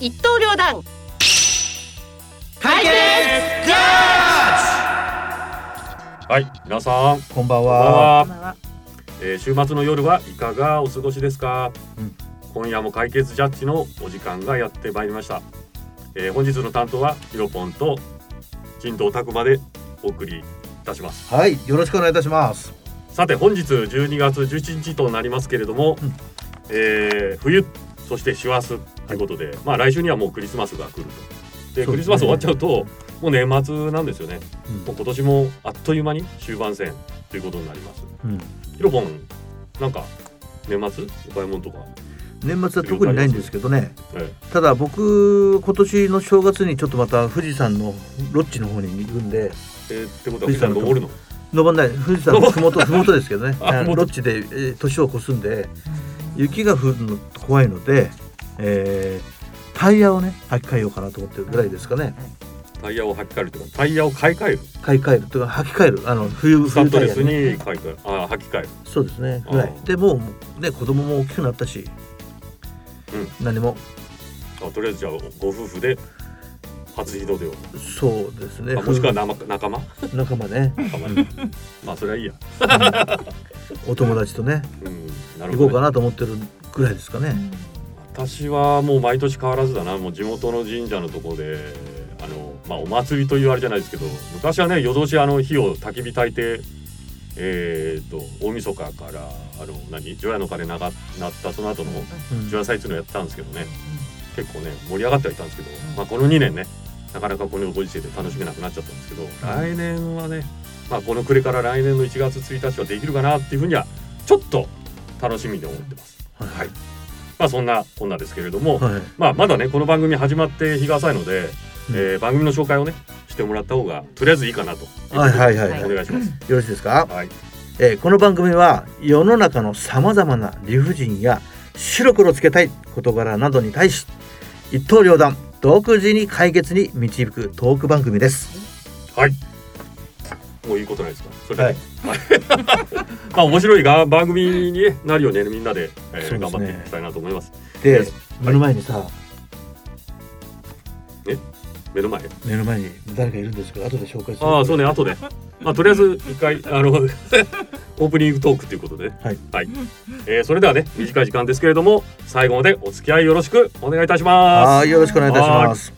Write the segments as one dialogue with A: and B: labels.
A: 一刀両断
B: 解決
C: はい、皆さん、
B: こんばん
C: こんばん
B: は。
C: は
A: こんばんは
C: えー週末の夜はいかがお過ごしですか、
B: うん
C: 今夜も解決ジャッジのお時間がやってまいりました、えー本日の担当はひろぽんと神道拓馬でお送りいたします
B: はい、よろしくお願いいたします。
C: さて本日12月11日となりますけれども、
B: うん
C: えー冬そして師走ということで、まあ来週にはもうクリスマスが来るとで
B: そうですね
C: クリスマス終わっちゃうともう年末なんですよねもう今年もあっという間に終盤戦ということになります
B: うん
C: ヒロポン、なんか年末お買い物とか、
B: 年末は特にないんですけどね。
C: え
B: ただ僕今年の正月にちょっとまた富士山のロッジの方に行くんで
C: ええーってことは富士山登るの
B: 登らない富士山のふも とふもとですけどね
C: あ
B: あの
C: ふもと
B: ロッジでえー年を越すんで雪が降るの怖いので、えータイヤをね履き替えようかなと思ってるぐらいですかね
C: タイヤを履き替えるとかタイヤを買い替える
B: 買い替えるというか履き替えるあの冬
C: スタ
B: 冬
C: ッ
B: タ
C: ド
B: イ
C: レ
B: ヤ
C: ス
B: ね
C: に買い替えるあー履き替える
B: そうですね
C: あー
B: ぐらいでもうね子供も大きくなったし、
C: う
B: 何も
C: あとりあえずじゃあご夫婦で初日の出を
B: そうですね
C: あもしくはなま仲間
B: 夫婦仲間 ね
C: 仲間 まあそれはいいや
B: お友達とね
C: うんなる
B: 行こ
C: ほ
B: うか
C: ど、ね、
B: なと思ってるぐらいですかね、
C: 私はもう毎年変わらずだなもう地元の神社のとこであのまあお祭りというあれじゃないですけど昔はね夜通しあの火を焚き火焚いてえー、と大晦日からあの何除夜の鐘なが鳴ったその後の
B: うん
C: ジュアサイっていうのやってたんですけどね、結構ね盛り上がってはいたんですけど、まあ、この2年ねなかなかこのご時世で楽しめなくなっちゃったんですけど、来年はね、まあ、この暮れから来年の1月1日はできるかなっていうふうにはちょっと楽しみに思ってます。
B: はい
C: まあそんなこんなですけれども、
B: はい、
C: まあ、まだねこの番組始まって日が浅いので、
B: うん
C: えー番組の紹介をねしてもらった方がとりあえずいいかなと
B: はいはいはいはい
C: お
B: よ
C: 願いします。
B: ろしいですか、
C: はい、
B: えーこの番組は世の中のさまざまな理不尽や白黒つけたい事柄などに対し一刀両断独自に解決に導くトーク番組です
C: はい。もういいことないですか。それで、まあ面白いが番組になるようにねみんなで、えー
B: そうですね
C: 頑張っていきたいなと思います。
B: で
C: はい
B: 目の前にさ
C: 目の前。
B: 目の前に誰かいるんですけど後で紹介する
C: ああそうね後で。まあとりあえず一回あの オープニングトークということで、ね。
B: はい。
C: えーそれではね短い時間ですけれども最後までお付き合いよろしくお願いいたしま
B: は
C: す。
B: いよろしくお願いいたします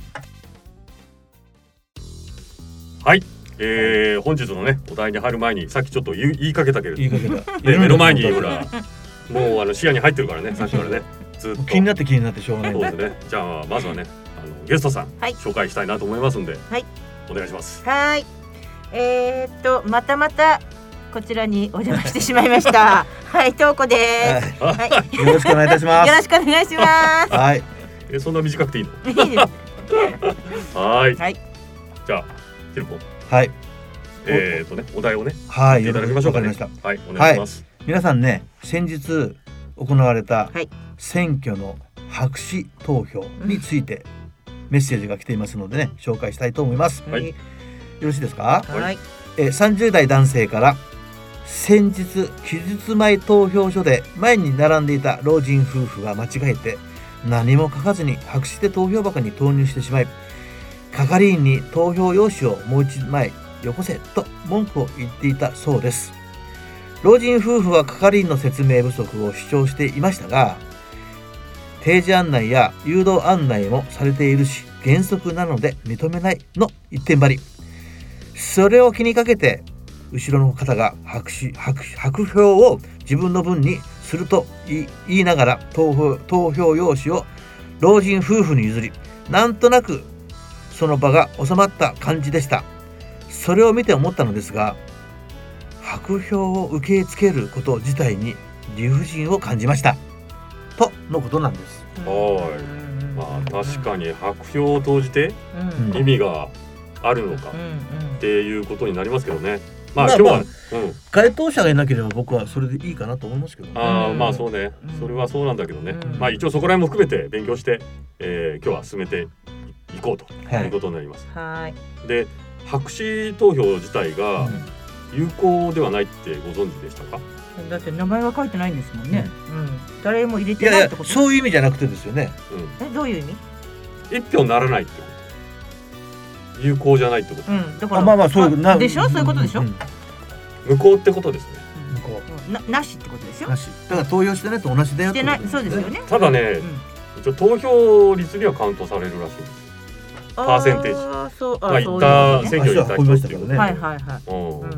C: はい。えー本日のねお題に入る前にさっきちょっと言い言いかけたけれど
B: 言い
C: も、
B: かけた
C: ね、目の前にほらもうあの視野に入ってるからねさっきからねずっと
B: 気になって気になってしょうがないん
C: そう
B: で
C: ですね。じゃあまずはね、あのゲストさん、
A: はい
C: 紹介したいなと思いますんで、
A: はい
C: お願いします。
A: はーいえー、っとまたまたこちらにお邪魔してしまいましたはいとうこですはい
B: はいよろしくお願いいたしま
A: よろ
B: す
A: しくお願いしま
B: はい
C: えそんな短くていいの？
A: すいいです
C: はーい。
A: はい
C: じゃあひろこ、
B: はい
C: えー、とねお題をね、
B: はい
C: いただきましょうかね。
B: わりました
C: はい、お願いします。
B: 皆さんね先日行われた
A: はい
B: 選挙の白紙投票についてメッセージが来ていますのでね紹介したいと思いますよ
C: はい
B: ろしいですか
A: はいはい
B: えー30代男性から先日期日前投票所で前に並んでいた老人夫婦が間違えて何も書かずに白紙で投票箱に投入してしまい係員に投票用紙をもう一枚よこせと文句を言っていたそうです老人夫婦は係員の説明不足を主張していましたが提示案内や誘導案内もされているし原則なので認めないの一点張りそれを気にかけて後ろの方が白紙白白票を自分の分にすると言い言いながら投票投票用紙を老人夫婦に譲りなんとなくその場が収まった感じでしたそれを見て思ったのですが白票を受け付けること自体に理不尽を感じましたとのことなんです
C: はまあ確かに白票を投じて
A: うん
B: うん
C: 意味があるのか
A: う
C: っ
A: んうん
C: ていうことになりますけどね。まあ
B: まあ
C: 今日
B: ま
C: は、うん、
B: 該当者がいなければ僕はそれでいいかなと思いますけどね
C: あ
A: う
C: あ
A: ん
C: まあそうね
A: うん、
C: それはそうなんだけどね
A: う。ん
C: まあ一応そこら辺も含めて勉強して、えー、今日は進めていこうと
B: はい
C: いうことになります。
A: はーい
C: で白紙投票自体が有効ではないってご存知でしたか、
A: だって名前は書いてないんですもんね、うん誰も入れ
B: い
A: て
B: や
A: ないいっ
B: や
A: てこと
B: そういう意味じゃなくてですよね
C: うん
A: えどういう意味
C: 一票ならないってこと有効じゃないってこと
A: うん、だか
B: あ
A: ら
B: まあまあそうな
A: でしょそういうことでしょ、
B: んん
C: 無効ってことですね
B: 無効
A: ななしってことですよ
B: なしだから投票してないと同じだよっ
A: してて
B: こと
A: な
B: だ
A: い
B: よね
A: そうですよね、
C: ただね
A: うん、
C: 一応投票率にはカウントされるらしいですパーセンテージ
A: あーそう
C: まあ
A: そう
C: 行った
A: いう
C: 選挙に行った人っていうこ
B: ね
C: と
A: ねはいはいはい
C: うん
A: うん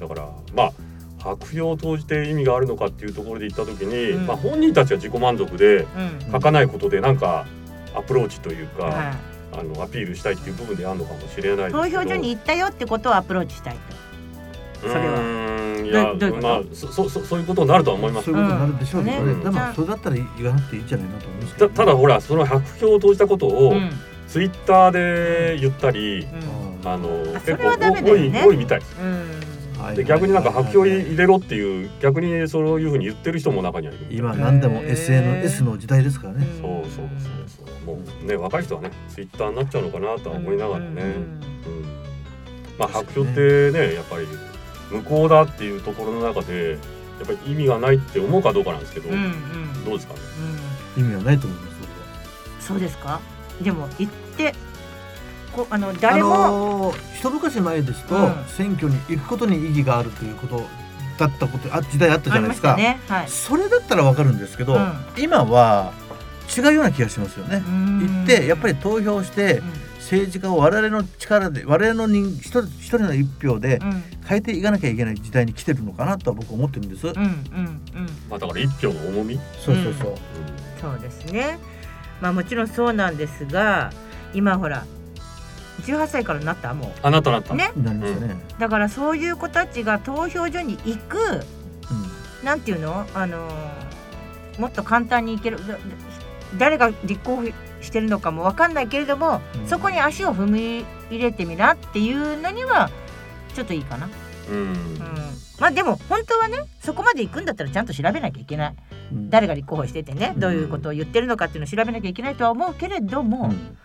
C: だからまあ白票を通じて意味があるのかっていうところで言った時に、
A: うん
C: まあ、本人たちは自己満足で
A: うん
C: 書かないことでなんかアプローチというか、
A: は
C: あのアピールしたいっていう部分であるのかもしれない
A: い、
C: です
A: 投
C: けど
A: 票所に行ったよってことをアプローチしたいとそれは
C: うーんいや
A: どどういうこと
C: まあそそそそういうことになるとは思います
B: そういうことになるでしょうけどね、
C: うん
B: でもそれだったら言わなくていいんじゃないなと思いますけ
C: た
B: ど
C: ただほらその白票を投じたことを、
A: うんうん
C: ツイッターで言ったり、
B: うん
C: あの
A: あ
C: 結
A: そ
C: 構
A: れはダメだ
C: 多
A: よ
C: い
A: ね
C: 多いみたいです。
A: うん
B: はい
C: で逆になんか白票
B: はいはいはい
C: 入れろっていう逆にそういうふうに言ってる人も中にはいるみたい
B: 今何でも
A: へー
B: SNS の時代ですからね、
C: そうそうそうそうもうね若い人はねツイッターになっちゃうのかなとは思いながらね、
A: う
C: う
A: ん
C: んまあ白票ってねやっぱり無効だっていうところの中でやっぱり意味がないって思うかどうかなんですけど、
A: うんうんうん
C: どうですかね
B: 意味はないと思います
A: そうですかでも行ってこあの
B: 僕は
A: 誰も、
B: あのー一昔前ですと、
A: うん
B: 選挙に行くことに意義があるということだったことあ時代あったじゃないですか、
A: ありましたねはい
B: それだったらわかるんですけど、
A: うん
B: 今は違うような気がしますよね、行
A: 行
B: ってやっぱり投票して政治家を我々の力で我々の人一人一人の一票で
A: うんうん
B: 変えていかなきゃいけない時代に来てるのかなとは僕は思ってるんです、
A: うんうんうん
C: まあだから一票の重み、
B: そうそうそう、
A: そうですね。まあもちろんそうなんですが、今ほら18歳からなったも
C: あなたなった、
A: うね。
B: になりましたね、
A: だからそういう子たちが投票所に行くなんていうのあのーもっと簡単に行けるだだ誰が立候補してるのかもわかんないけれども、
B: うん
A: そこに足を踏み入れてみなっていうのにはちょっといいかな。
C: うん
A: うん、まあでも本当はねそこまで行くんだったらちゃんと調べなきゃいけない。
B: うん
A: 誰が立候補しててね
B: うん
A: どういうことを言ってるのかっていうのを調べなきゃいけないとは思うけれど
B: う
A: も、
B: ん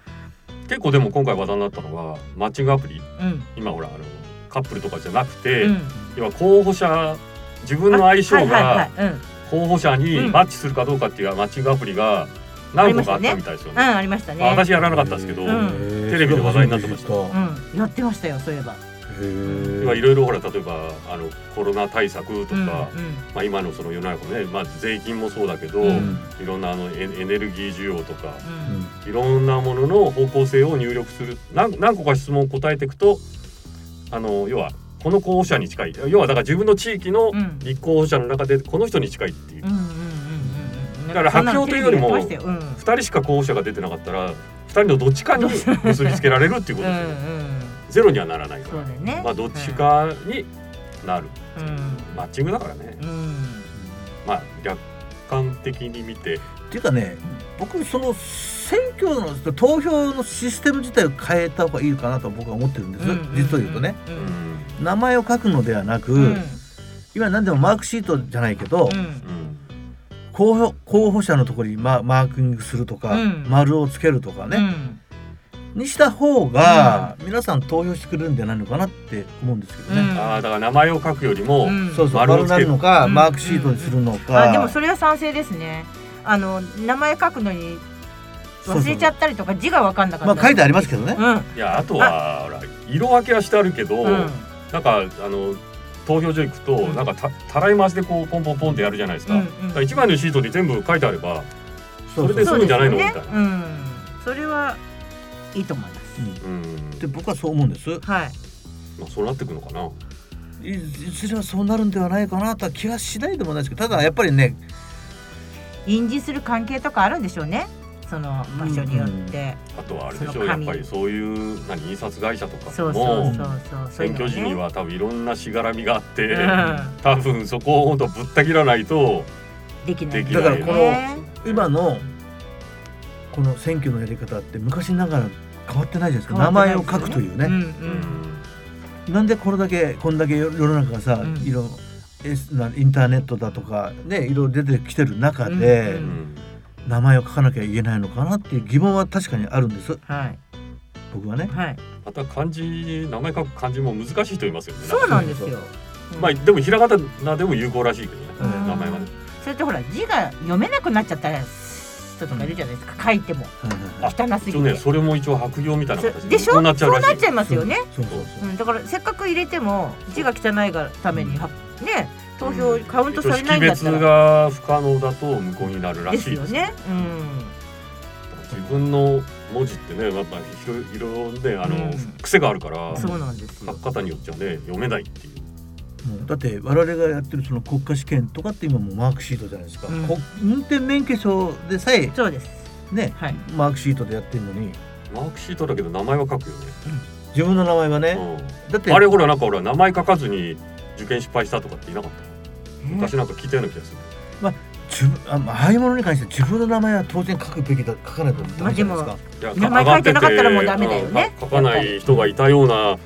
C: 結構でも今回話題になったのがマッチングアプリ
A: うん
C: 今ほらあのカップルとかじゃなくて、
A: うん
C: 今候補者自分の相性が
A: はいはいはいうん
C: 候補者にマッチするかどうかっていうマッチングアプリが何個かあったみたいですよ
A: うん
C: ね。
A: ありましたね、
C: まあ私やらなかったんですけど、
A: うん
C: テレビで話題になってました
A: うんやってましたよそういえば
C: 今い
B: へ
C: ろいろほら例えばあのコロナ対策とか、
A: うん
C: まあ、今のその世の中のね、まあ、税金もそうだけど、
A: う
B: え
A: ん
C: いろんなあのエエネルギー需要とか
A: うんうん
C: いろんなものの方向性を入力する何何個か質問を答えていくとあの要はこの候補者に近い要はだから自分の地域の
A: うん
C: 立候補者の中でこの人に近いっていう、
A: うんうんうんうんうん
C: だから白票というよりも
A: そんなのテレビでやってまし
C: 2人しか候補者が出てなかったら2人のどっち かに結びつけられるっていうこ
A: たようんう
C: とですよね、
A: んうん
C: ゼロにはならないか
A: そう
C: ら、
A: だよね
C: まあ、どっちかになる、
A: うん
C: マッチングだからね
A: うん
C: まあ逆観的に見て
B: っていうかね僕その選挙の投票のシステム自体を変えた方がいいかなと僕は思ってるんです、
A: うんんん
B: 実を言うとね
A: う
C: うんん
B: 名前を書くのではなく、
A: うん
B: 今何でもマークシートじゃないけど、
A: うん
C: うん
B: 候補候補者のところにママーキングするとか、
A: うん
B: 丸をつけるとか
A: う
B: ね、
A: ん
B: にした方が、皆さん投票してくれるんじゃないのかなって思うんですけどね、
C: ああだから名前を書くよりも、
A: うん
B: そうそう
C: 丸を
B: 丸に
C: つけ
B: な
C: る
B: るのか、
A: うん
B: マークシートにするのか、
A: あでもそれは賛成ですねあの名前書くのに忘れちゃったりとか字が分かんなかった
B: まあ書いてあります
A: け
B: けどね、
A: うん
C: いやあとはほら色分けはしてあるけど、
A: うん
C: なんかあの投票所行くと、
A: うん
C: なんかたたらい回しでこうポンポンポンってやるじゃないですか,、
A: うんうん
C: だから一枚のシートに全部書いてあれば、
B: そう
C: それで
B: そう
C: 済むんじゃないの
A: そうですよ
C: み
A: ね
C: た
A: うんそれはいいと思います
C: うん
B: で僕はそう思うんです
A: はい
C: まあ、そうなってくのかない
B: いずれはそうなるんではないかなとは気がしないでもないですけどただやっぱりね
A: 印字する関係とかあるんでしょうねその場所によって、
C: あとはあれでし
A: そ
C: ょ
A: の
C: うやっ
A: 紙
C: ぱりそういう何印刷会社とか
A: そうそ
C: も
A: うそうそうそうい
C: 選
A: う
C: 挙
A: のね
C: 時には多分いろんなしがらみがあって、
A: うん
C: 多分そこを本当ぶった切らないと
A: できな
C: で
A: いん
C: き
A: よ
C: な
A: ね
C: い
B: だからこの今
C: の
B: のこの選挙のやり方って昔ながら変わってないじゃないですか
A: 変
B: 名
A: わっ
B: 前
A: てないです
B: を
A: ね
B: 書くという
A: う
B: ね、
A: ん
C: う
A: うん
C: ん
B: なんでこれだけこんだけ世の中がさ、
A: うん
B: いろえなインターネットだとかねいろいろ出てきてる中
A: う
B: で、
A: ん
B: 名前を書かなきゃいけないのかなっていう疑問は確かにあるんです
A: はい
B: 僕はね。
A: はい
C: また漢字名前書く漢字も難しい人いますよね
A: そうなんですよ、うん
C: まあでもひらがなでも有効らしいけどね
B: うん
C: 名前はね
A: それとほら字が読めなくなっちゃったりす人とかいるじゃないですか、書いても
B: はい
A: 汚す
C: 一
A: ぎ
C: 応ね
A: て。
C: それも一応白行みたいな形
A: でしょ
C: こうなっちゃう
A: そう
C: ら
A: な
C: し
A: っちゃい
C: い
A: ますよね、、
B: そうそうそううん
A: だからせっかく入れても字が汚いがためにはね投票
C: うん
A: カウントされないん
C: え
A: だ
C: っと識
A: った
C: 別
A: ら
C: が不可能だと無効になるら
A: で
C: しい
A: すよね、うん、
C: 自分の文字ってねやっぱいろいろねあの、
A: うん
C: 癖があるから
A: そうなんです
C: 書
A: よ
C: き方によっちゃね読めないっていう
B: もうだって我々がやってるその国家試験とかって今もうマークシートじゃないですか、
A: うん
B: こ運転免許証でさえ
A: そうです
B: ね
A: はい
B: マークシートでやってるのに
C: マークシートだけど名前は書くよ
B: 自分の名前はね、
C: ね、
B: だっ
C: う
B: て
C: ん、あれほらなんかほら名前書かずに受験失敗したとかっていなかった昔なんか聞いたような気がする、
B: 自分あまあああいうものに関して自分の名前は当然書くべきだ書かないとダメじゃないですか、
C: いや
A: 名前書いてなかったらもうダメだよね
C: 上がっててうん書かない人がいたような
A: うん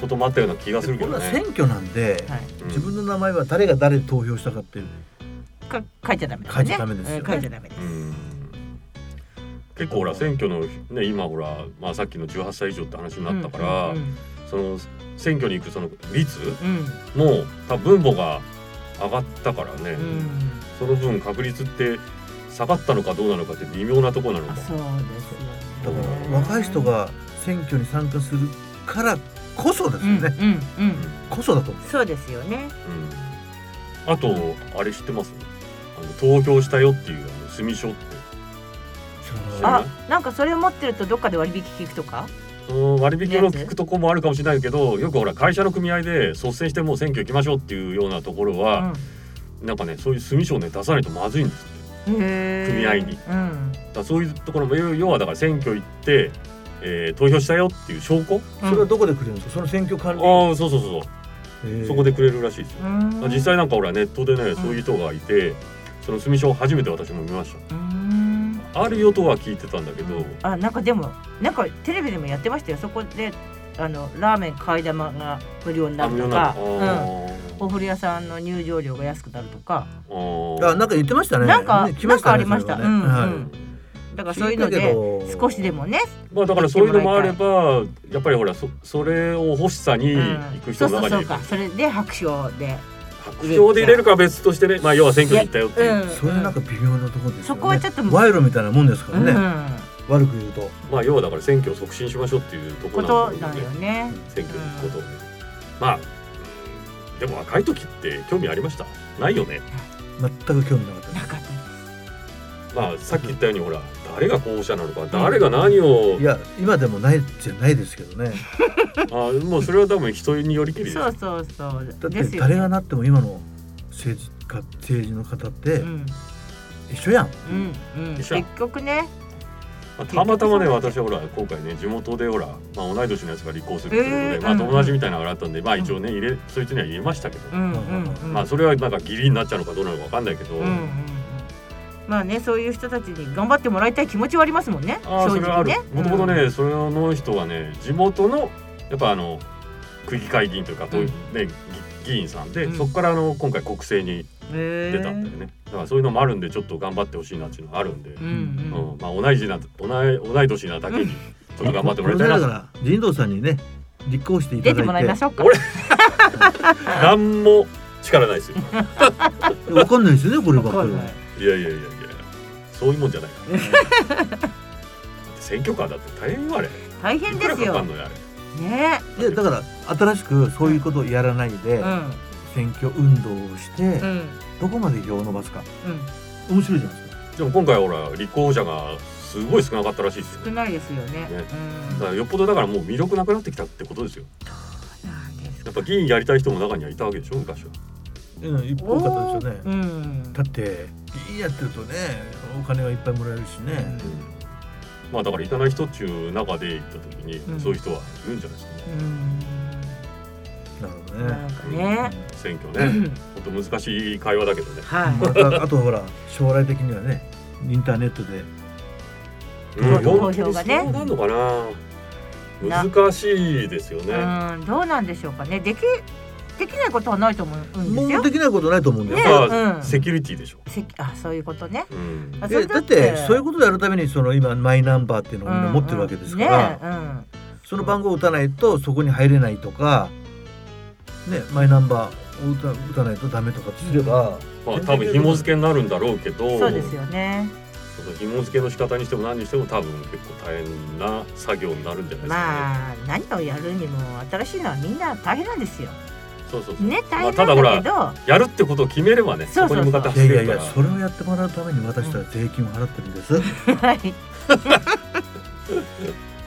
C: こともあったような気がする
B: こ
C: け
B: れ
C: ど
B: は
C: ね
B: 選、挙なんで、
A: はい
C: うん
B: 自分の名前は誰が誰に投票したかっていう
A: か書いちゃダメだね
B: 書いちゃダメですよね
A: うん書いちゃダメです、
C: うん結構ほら選挙のね今ほら、まあ、さっきの18歳以上って話になったから、
A: うん
C: その選挙に行くその率
A: うんうん
C: も多分分母が上がったからね、
A: うん
C: その分確率って下がったのかどうなのかって微妙なところなの
A: あ
C: か
A: そうですよね
B: だから若い人が選挙に参加するからこそです
A: う
B: よ
A: ん
B: ね、
A: うんうん
B: こそだと思う
A: そうですよね
C: うん、あとあれ知ってますあの投票したよっていうあの住所って
B: 知らない
A: あなんかそれを持ってるとどっかで割引聞くとか
C: うん割引の聞くとこもあるかもしれないけどよくほら会社の組合で率先してもう選挙行きましょうっていうようなところは、なんかねそういう住所をね出さないとまずいんですって
A: うんへー
C: 組合に
A: うん
C: だからそういうところも要要はだから選挙行って、えー投票したよっていう証拠
B: それはどこでくれるんですかその選挙管理、
C: ああそうそうそうそうそこでく
B: れ
C: れるらしいですよ
A: うん
C: 実際なんか俺はネットでねそういう人がいてその住所を初めて私も見まし
A: うん
C: たあるよとは聞いてたんだけど
A: あなんかでもなんかテレビでもやってましたよそこであのラーメン替え玉が無料にな
C: あ
A: る
C: 無料
A: と
C: な
A: か、
C: の
A: うん、
C: あ
A: お風呂屋さんの入場料が安くなるとか
C: ー
B: あなんか言ってましたね
A: なんか
B: ね来ましたね
A: なんかありました
B: それはね
A: うん
B: はい
A: うんだからそういうので
B: 聞いたけど
A: 少しでもね、
C: まあだからそういうのもあればやっぱりほらそそれを欲しさに
A: うん
C: 行く
A: そ
C: 人
A: う
C: の
A: そ
C: 中
A: うそ
C: に
A: うかそれで白書で、
C: 白票で入れるかは別としてねまあ要は選挙に行ったよっていう
A: うん
B: それなんか微妙なところですよね
A: そこはちょっと
B: 賄賂みたいなもんですか
A: う
B: ら
A: ん
B: ね、悪く言うと
C: まあ要はだから選挙を促進しましょうっていうとこ
A: こ
C: ろな
A: と
C: んだ
A: な
C: よ
A: ん
C: ね
A: よね。
C: 選挙に行くことをねまあうんでも若い時って興味ありましたないよね
B: 全く興味なかったで
A: な
B: す
A: かった
C: まあさっき言ったようにほら誰が候補者なのか誰が何を
B: いや今でもないじゃないですけどね
C: あもうそれは多分人によりきりです
A: そうそうそう。
B: だっ
A: で
B: て
A: すよね
B: 誰がなっても今の政治家政治の方って
A: うん
B: 一緒やん、
A: うんうん。
C: でし
A: 結
C: ょ
A: 局ね。
C: まあたまたまね私はほら今回ね地元でほら、まあ、同い年のやつが立候補するということで、
A: えー
C: まあ、
A: うんうん
C: 友達みたいなのがあったんで、まあ一応ね入れそいつには入れましたけど、
A: うんうんうん。
C: まあそれはなんか義理になっちゃうのかどうなのかわかんないけど、
A: うんうんうん。まあねそういう人たちに頑張ってもらいたい気持ちはありますもんね。
C: ああそ
A: 正
C: れはあ
A: 直
C: る
A: ね。
C: もともとね、それの人はね地元のやっぱあの区議会議員というか、と
A: うん
C: ね議議員さんで、
A: うん
C: そこからあの今回国政に
A: うん。へ
C: 出たんだよ
A: ー
C: ね、だからそういうのもあるんでちょっと頑張ってほしいなっていうのがあるんで、
A: う
C: うん
A: んうん。
C: まあ同い年な同い同い年なだけにちょっと頑張ってもらいたい
B: こ
C: な
B: れだ
C: と
B: から人道さんにね立候補していただ
A: 出
B: いて
A: てもらいましょうか。
C: 俺なんも力ないですよ。
B: わかんないですよねこればっ
A: わか
B: かり
A: ん
B: は
A: ない
C: いやいやいやいや、そういうもんじゃないから。だって選挙カーだって大変よあれ。
A: 大変
C: い
A: で
C: くら
A: す
C: かか
A: よ
C: ん。のよあれ。
A: ね。
B: いやだから新しくそういうことをやらないで、
A: うん
B: 選挙運動をして、
A: うん
B: どこまで票を伸ばすか
A: うん。
B: 面白いじゃないですか
C: でも今回ほら立候補者がすごい少なかったらしいですよ
A: 少。ないですよね。
C: ね
A: うん
C: だからよっぽどだからもう魅力なくなってきたってことですよ。
A: なんです
C: やっぱ議員やりたい人も中にはいたわけでしょ昔は。
B: うん一方方ですよね
A: うん。
B: だって議員やってるとねお金はいっぱいもらえるしね、
C: まあだから行かない人っていう中で行った時に、
A: ん
C: そういう人はいるんじゃないですかね。
A: うん。
B: なるほど
A: な
B: ね
A: んかね。
C: 選挙
A: う
C: ね、
A: ん
C: ほんと難しい会話だけどね。
A: はい。
B: またあとほら将来的にはねインターネットで
C: うん
A: 投票がね
C: 本当にそうなのかな。難しいですよね。
A: うん、どうなんでしょうかね。でき、できないことはないと思うんです
B: も
A: よ
B: う。できないことないと思うんだよ、
A: ね
C: やっ
A: う
C: ぱ
A: ん
C: セキュリティでしょ。
A: せあ、そういうことね。
C: うん
A: あ
B: いやだってそういうことをやるためにその今マイナンバーっていうのをみんな持ってるわけですから、
A: うんうんね
B: その番号を打たないとそこに入れないとか、ね、マイナンバーを打た打たないとダメとかすれば、
C: まあ多分紐付けになるんだろうけ
A: えう
C: ど
A: んそうですよね。
C: その紐付けの仕方にしても何にしても多分結構大変な作業になるんじゃないですかね。
A: まあ何をやるにも新しいのはみんな大変なんですよ。
C: そうそうそう。
A: ね大
C: まあ
A: 変
C: ただ
A: な
C: ほ
A: んだけ
C: ら
A: ど、
C: やるってことを決めればね、
A: そ
C: そう
A: そう
C: こ
A: そう
C: に向かって
B: いや
C: 走
B: い
C: れ
B: やい
C: るから。
B: やそれをやってもらうために私たちは税金を払ってるんです、
A: はい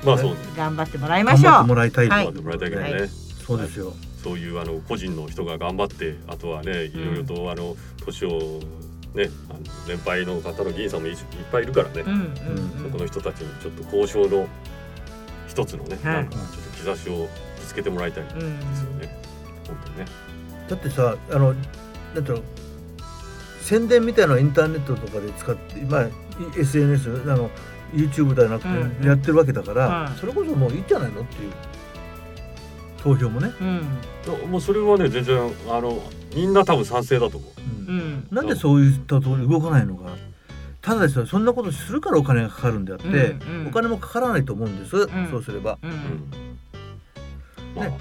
C: まあそうです。
A: 頑張ってもらいま
B: 頑
A: し
B: 張って
A: ょ
B: もらいたいと
A: は
C: 頑張ってもらいたいけどね。
A: はい
B: そうですよ、
C: そういうあの個人の人が頑張って、あとはね、いろいろとあの年をね、あの年配の方の議員さんもいいっぱいいるからね
A: う。。うんうん
C: そこ
A: う
C: の
A: ん。
C: 人たちにちょっと交渉の一つのね、
A: はい
C: なんかちょっと兆しをぶつけてもらいたいで
A: うん
C: すよね。本当にね。
B: だってさあのなんていうの宣伝みたいなのインターネットとかで使って今 SNS あの YouTube だなく
A: うんう
B: て
A: ん
B: やってるわけだから、
A: うん
B: それこそもういいんじゃないのっていう投票もね、
A: うん
C: もうそれはね全然あのみんな多分賛成だと思う。
B: う
A: うんん
B: なんでそういったところに動かないのかただですねそんなことするからお金がかかるんであって、
A: うんうん
B: お金もかからないと思うんです、
A: ん
B: そうすれば。
C: う
A: う。
C: んん。まあ
B: ね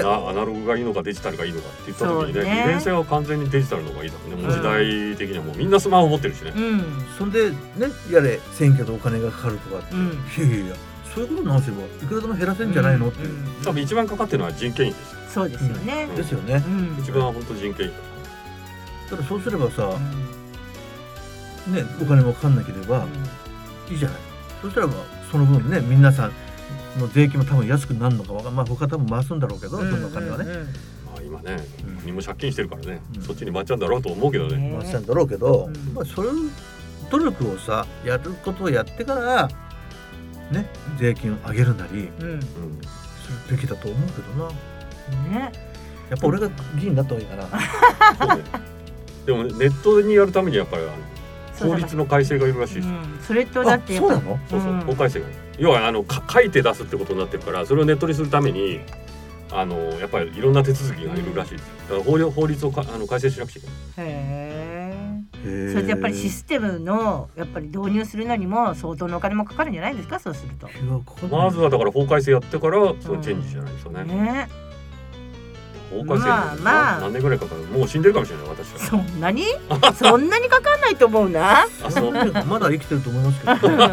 C: アナアナログがいいのかデジタルがいいのかって言った時にね
A: そうね
C: 利便性は完全にデジタルの方がいいだろうねもう
A: うん
C: 時代的にはもうみんなスマホ持ってるしね、
A: うん
B: そんでねやれ選挙でお金がかかるとかって、
A: う
B: い
A: ん。
B: やいやいやそういうこと直せばいくらでも減らせるんじゃないのっていう、
A: うんうん
C: 多分一番かかってるのは人件費ですよ
A: そうですよね。
B: ですよね
A: う。ん。
C: 一番は本当人件費
B: ただそうすればさ、
A: うん
B: ね、お金もかかんなければいいじゃない。そしたらまあその分ね皆さんの税金も多分安くなるのかわかんまあ他多分回すんだろうけど、
A: うん
B: そのお金はね。。
C: まあ今ね
B: うん
C: 国も借金してるからね、
B: うん
C: そっちに回っちゃうんだろうと思うけどね、
A: ね
B: 回したんだろうけど、
A: うん
B: まあそういう努力をさやることをやってからね税金を上げるなり
A: うん。
C: うん、
B: するべきだと思うけどな。
A: ね。
B: やっぱ俺が議員になった方がいいかな。
C: そうねでもねネットにやるためにやっぱりあの
A: そう
C: 法
A: だ
C: 律の改正がいるらしいです、
A: うん。それとだって
B: あ
A: や
B: そ
A: っ
B: う
A: ぱ
B: なの？
C: そうそう
A: うん
C: 法改正がいる要はあのか書いて出すってことになってるからそれをネットにするためにあのやっぱりいろんな手続きがいるらしいですだから法律法律をかあの改正しなくちゃいけない
A: へえ。
B: それ
A: それでやっぱりシステムのやっぱり導入するのにも相当のお金もかかるんじゃないですかそうすると。
C: まずはだからら法改正やってからそのチェンジじゃないですかね。
A: ね
C: 法改正なんて
A: まあまあ
C: 何年ぐらいかかるもう死んでるかもしれない私は。
A: そん なにそんなにかかんないと思うな。
C: あそう
B: まだ生きてると思いますけ
A: う
B: ど、
A: ん
B: ね、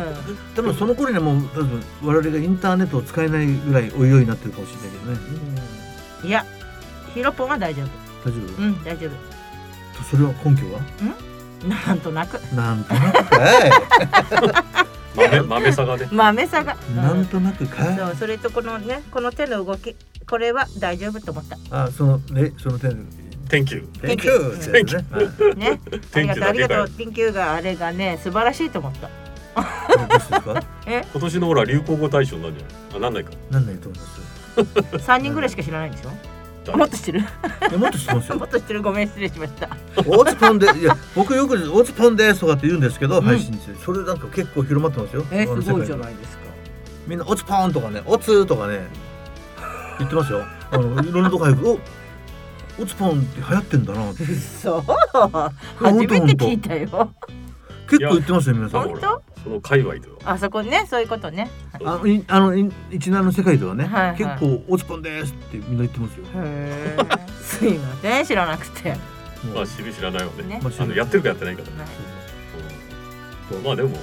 B: 多分その頃にはもう多分我々がインターネットを使えないぐらいおいおいになってるかもしれないけどね
A: いやヒロポンは大丈夫。
B: 大丈夫、
A: うん大丈
B: それは根拠は
A: 夫。なんとなく
B: なんとなくかい
C: 豆豆さがね。
A: 豆さが。
B: なんとなくかい
A: そうそれとこのねこの手の動きこれは大丈夫と思った
B: あそのねその点で
C: Thank you。
A: Thank
B: Thank
A: you
B: you ってやつねはい
A: ねあり
C: Thank you
A: がとうあ
C: だ
A: り
C: けか
A: がとう
C: よ。
A: Thank you があれがね素晴らしいと思った
B: どうですか
C: 今年のほら流行語大賞なんじゃない？あなんないか。
B: なんないと思います
A: 三人ぐらいしか知らないんでしょ
C: 誰
A: もっと知ってる
B: いやもっと質問し
A: も
B: よ
A: っと知ってるごめん失礼しました
B: う大津ポンでいや僕よく「大津ポンです」とかって言うんですけど、
A: うん
B: 配信中それなんか結構広まってますよ
A: え
B: あの
A: すごいじゃ
B: 世界で
A: ないですか
B: みんな「おつぽん」とかね「おつ」とかね言ってますよあのいろんなとこ早く「おおつぽん」って流行ってんだなって
A: そう
B: ほ
A: 初
B: ん
A: め
B: と
A: て
B: ほんと
A: 聞いたよ
B: 結構言ってますよ皆さ
C: 多
B: ん
C: 分ほ
A: 本
C: らその界隈では。
A: あそこねそういうことね
B: あのいあのい一難の世界ではね、
A: はいはい
B: 結構「おつぽんです」ってみんな言ってますよ、
A: へー すいません知らなくて
B: もう
C: まあ知る知らないわね
A: ね。
C: あのやってるかやってないかだね。
B: そう
C: まあでもね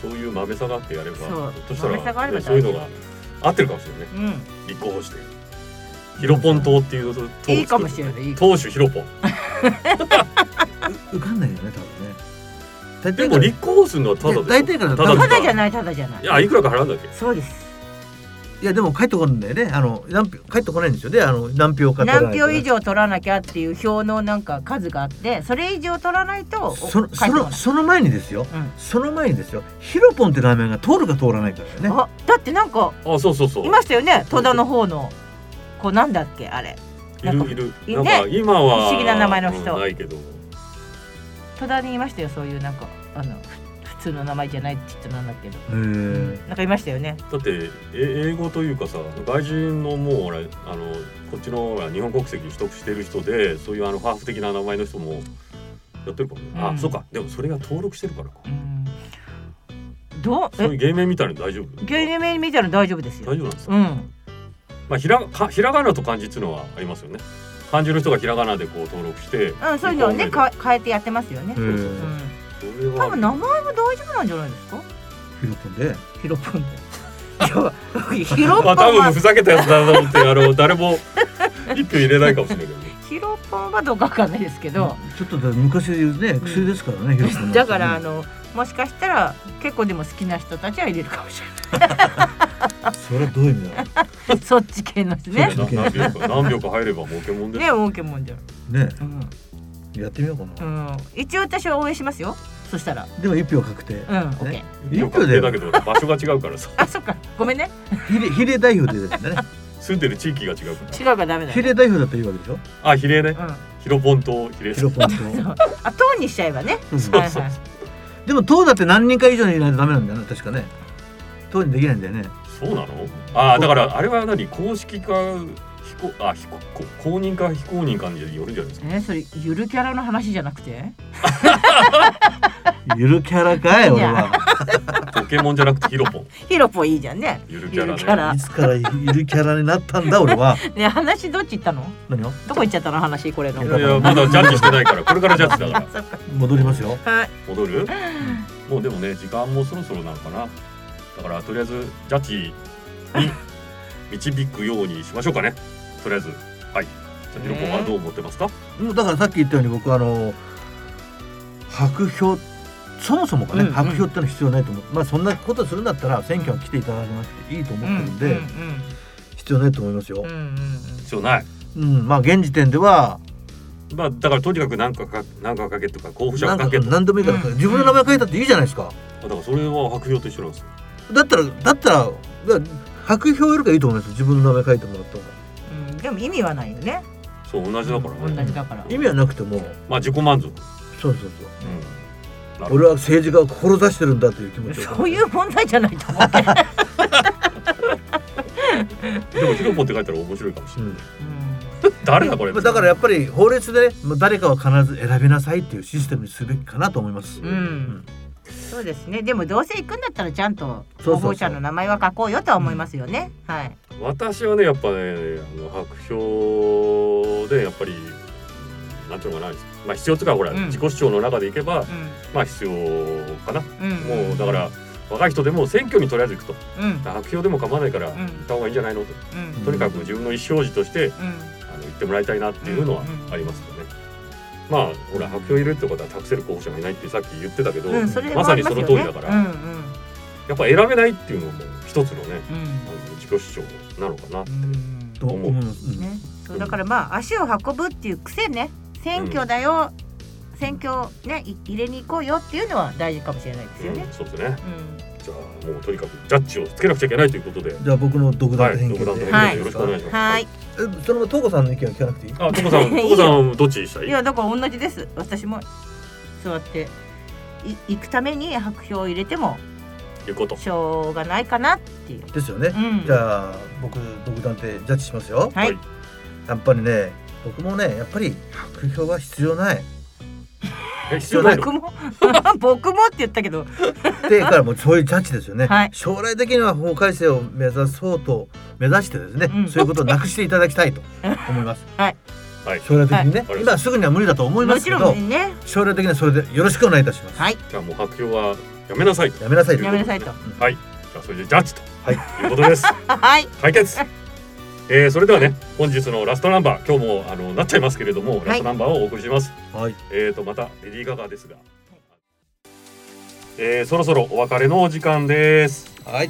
C: そういう豆さがあってやればひ
A: そう
C: ょっとした
A: 豆さがあ
C: ら
A: れば
C: ねそういうのが合ってるかもしれないね。
A: うん
C: 立候補して。ヒロポン党っていう党を作る
A: いいかもしれないいいか
C: 党首ヒロポン。
B: う受かんないよね多分ね大
C: で
B: 体
C: も
B: が
C: 立候補するのはただでしょ
B: いや大体から
C: ただ
B: 多
A: た
B: 分
C: でしょ
A: だじゃないただじゃない
C: いやいくらか払うんだっけ
A: そうです
B: いやでも帰ってこないんだよねあの何票帰ってこないんですよねあの何票か取らな
A: 何
B: いと
A: 票以上取らなきゃっていう票のなんか数があってそれ以上取らないとお
B: その
A: 返
B: そ
A: ってこない
B: のその前にですよその前にですよヒロポンってラーメンが通るか通らないかだよね
A: うんあだってなんか
C: あそうそうそう
A: いましたよね戸田の方のこうなんだっけあれ
C: いるいる
A: い
C: な
A: る
C: ん
A: ね
C: か今は
A: 不思議な名前の人
C: うんないけど
A: 戸田にいましたよそういうなんかあのふ普通の名前じゃないって言ってなんだけど、
B: へー
A: なんかいましたよね
C: だってえ英語というかさ外人のもうほらあのこっちのほら日本国籍取得してる人でそういうあのハーフ的な名前の人もやってるかも、ね
A: うん
C: あそうかでもそれが登録してるからか
A: うんどう
C: そういう
A: え
C: 芸名みたいなの大丈夫
A: 芸名見たら大丈夫です
C: 大
A: よ
C: 丈夫なんですか、
A: うん
C: まあ、ひらかひらがなと漢字っていうのはありますよね漢字の人がひらがなでこう登録して
A: うんそういうのをね
C: 日本名
A: か変えてやってますよね
B: へ
A: う
B: ー
A: ん
C: それは
A: 多分名前も大丈夫なんじゃないですか
B: ヒロポンで
A: ヒロポンで いやヒロポ
C: ま
A: ン
C: あ多分
A: は
C: ふざけたやつだなと思ってあの誰 も一票入れないかもしれないけどね
A: ヒロポンはどうかわかんないですけど、
B: ちょっとだ昔で言うね薬ですからね、ヒロポンなんてね
A: だからあのもしかしたら結構でも好きな人たちは入れるかもしれ
B: それはどういう意味だろ
A: ないそっち系のですね
C: な何秒か何秒か入れば儲けもんです
A: ね儲けもんじゃん、
B: うね
A: うん
B: やってみようか
A: う
B: な、
A: ん、一応私は応援しますよそしたら
B: でも一票確定、
A: うん、オッケー
B: ね
C: 一
B: 一
C: 票
B: 票
C: 確
B: で
C: 定だけど場所が違うからさ
A: あそっかごめんね
B: 比例比例代表で出てるんだね
C: 住んでる地域が違うか
A: 違うからダメだ
B: 比
A: よ、
B: 例代表だったらいいわけでしょ
C: らあ比例ね
A: うん、
C: ヒロポンと比例
B: ヒロポンと、
A: そうあ党にしちゃえばね
B: うん
A: はいはい
B: でも党だって何人か以上にいないとダメなんだよね確かね党にできないんだよね
C: そうなのああだからあれは何公式か非公あ非公公認か非公認かによるんじゃないですか
A: えそれゆるキャラの話じゃなくて
B: ゆるキャラかい俺は
C: ポケモンじゃなくてヒロポン
A: ヒロポンいいじゃんね
C: ゆるキャラ
A: ゆるキャ
C: ね
A: ラ
B: いつからゆるキャラになったんだ俺は
A: ね話どっち行ったの
B: 何を
A: どこ行っちゃったの話これの
B: い
C: いやまだジャッジしてないからこれからジャッジだから
A: あそっか
B: 戻りますよ
A: はい
C: 戻るもうでもね時間もそろそろなのかなだからとりあえずジャッジに導くようにしましょうかねとりあえずはいじゃあヒロポンはどう思ってますか、
B: もうだからさっき言ったように僕はあの白票そもそもがね、
A: うんうん
B: 白票ってのは必要ないと思うまあそんなことするんだったら選挙は来ていただきなくていいと思
A: う
B: って
A: ん
B: るんで、必要ないと思いますよ
A: うんうんう、ん
C: 必要ない
B: うんまあ現時点では
C: まあだからとにかく何かか何かかけとか候補者
B: な
C: を
B: ん
C: か
B: か
C: けとか
B: 何でもいいから、
A: うん
B: 自分の名前書いたっていいじゃないですか
C: だからそれは白票と一緒なんですよ
B: だったらだったらだから白票よりかいいと思いますよ自分の名前書いてもらった方が
A: うんうんでも意味はないよね
C: そう同じだからね、
A: 同じだから
B: 意味はなくても
C: まあ自己満足、
B: そうそうそ
C: な
B: う
C: るほ
B: 俺
C: ど
B: は政治家を志してるんだという気持ちを
A: そういう問題じゃないと思う けど、
C: でもヒロポンって書いたら面白いかもしれ
B: う
C: ない
B: ん
C: 誰だこれ
B: まあだからやっぱり法律でねまあ誰かは必ず選びなさいっていうシステムにすべきかなと思います。
A: うんうん、そうですねでもどうせ行くんだったらちゃんと
B: そうそうそ
A: 候
B: う
A: 補者の名前は書こうよとは思いますよね、はい
C: 私はねやっぱねあの白票でやっぱりなんていうのかなまあ必要とかほら、
A: うん
C: 自己主張の中でいけば
A: う
C: まあ必要かな、
A: んん
C: もうだから若い人でも選挙にとりあえず行くと
A: うんうん
C: 白票でも構わないから
A: ん
C: 行った方がいいんじゃないのと、
A: うん
C: とにかく自分の意思表示として
A: う
C: あの行ってもらいたいなっていうのはありますよね。まあほら白票入れるってことは託せる候補者がいないってさっき言ってたけど、
A: んうんそれ
C: ま
A: は
C: さ
A: あ
C: に
A: り
C: そ
A: す
C: の
A: よ
C: 通り
A: ね
C: だから、
A: うん
C: やっぱ選べないっていうのも一つのね
A: うん
C: あの自己主張なのかな
A: うんうん
B: と思う。
C: 思
B: うん
A: ね、そうだからまあ足を運ぶっていう癖ね選挙だよ、選挙ねい入れに行こうよっていうのは大事かもしれないですよね。
C: そうですね。
A: うん
C: じゃあもうとにかくジャッジをつけなくちゃいけないということで。
B: じゃあ僕の独断と偏見
C: 独断と
B: で。
C: 偏見
A: はい
C: でよろしくお願いします。
A: はい。
B: えその東子さんの意見は聞かなくていい？
C: あ、トコさん、
A: いい
C: ト
A: よ
C: コさんどっちでしたい
A: いやだから同じです私もそうやってい行くために白票を入れても
C: いうこと。
A: しょうがないかなっていう。
B: ですよね
A: う。ん、
B: じゃあ僕独断でジャッジしますよ。
A: はい、
C: はい
B: やっぱりね僕もねやっぱり白票は必要ない。
C: え、必要ないの
A: 僕。も 僕もって言ったけど、
B: でからもうそういうジャッジですよね。
A: はい
B: 将来的には法改正を目指そうと目指してですね、
A: うん
B: そういうことをなくしていただきたいと思います。
A: はい。
C: はい
B: 将来的にね、
C: はい
B: 今すぐには無理だと思いま
A: も
B: す
A: ち
B: けど。
A: ろんね、
B: 将来的にはそれでよろしくお願いいたします。
A: はい、
C: じゃあもう白票はやめなさいと。
B: やめなさいという
A: や
B: こ
A: め
B: と
A: な
B: で。
A: さいと。
C: はい。じゃあそれでジャッジと。
B: はい
C: いうことです。
A: はい、
C: 解決。えー、それではね、本日のラストナンバー、今日もあのなっちゃいますけれども、ラストナンバーをお送りします。
B: はい。
C: えー、とまたレディー・ガガですが、えーそろそろお別れのお時間です。
B: はい。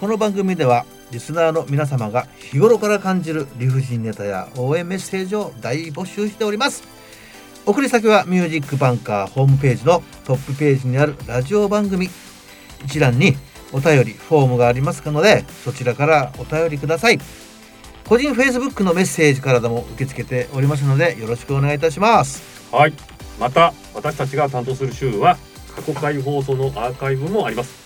B: この番組ではリスナーの皆様が日頃から感じる理不尽ネタや応援メッセージを大募集しております。送り先はミュージックバンカーホームページのトップページにあるラジオ番組一覧にお便りフォームがありますのでそちらからお便りください。個人 Facebook のメッセージからでも受け付けておりますのでよろしくお願いいたします。
C: はい、また私たちが担当する週は過去回放送のアーカイブもあります。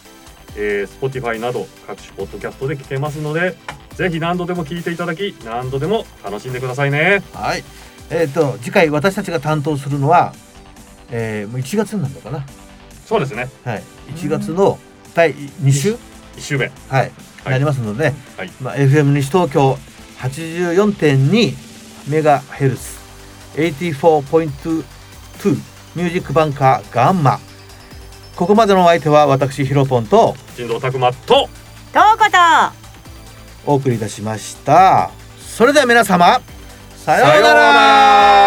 C: えー、Spotify など各種ポッドキャストで聞けますので、ぜひ何度でも聞いていただき、何度でも楽しんでくださいね。
B: はい。えっ、と次回私たちが担当するのは、えーもう1月になるのかな。
C: そうですね、
B: はい、1月の第2週、
C: 1週目。
B: はい
C: はい
B: なりますので、
C: はい
B: まあ、FM 西東京84.2メガヘルツ84.2ミュージックバンカーガンマここまでのお相手は私ヒロポンと
C: 人道拓磨と
A: どうこと
B: お送りいたしましたそれでは皆様さよう
C: さよう
B: な
C: な
B: ら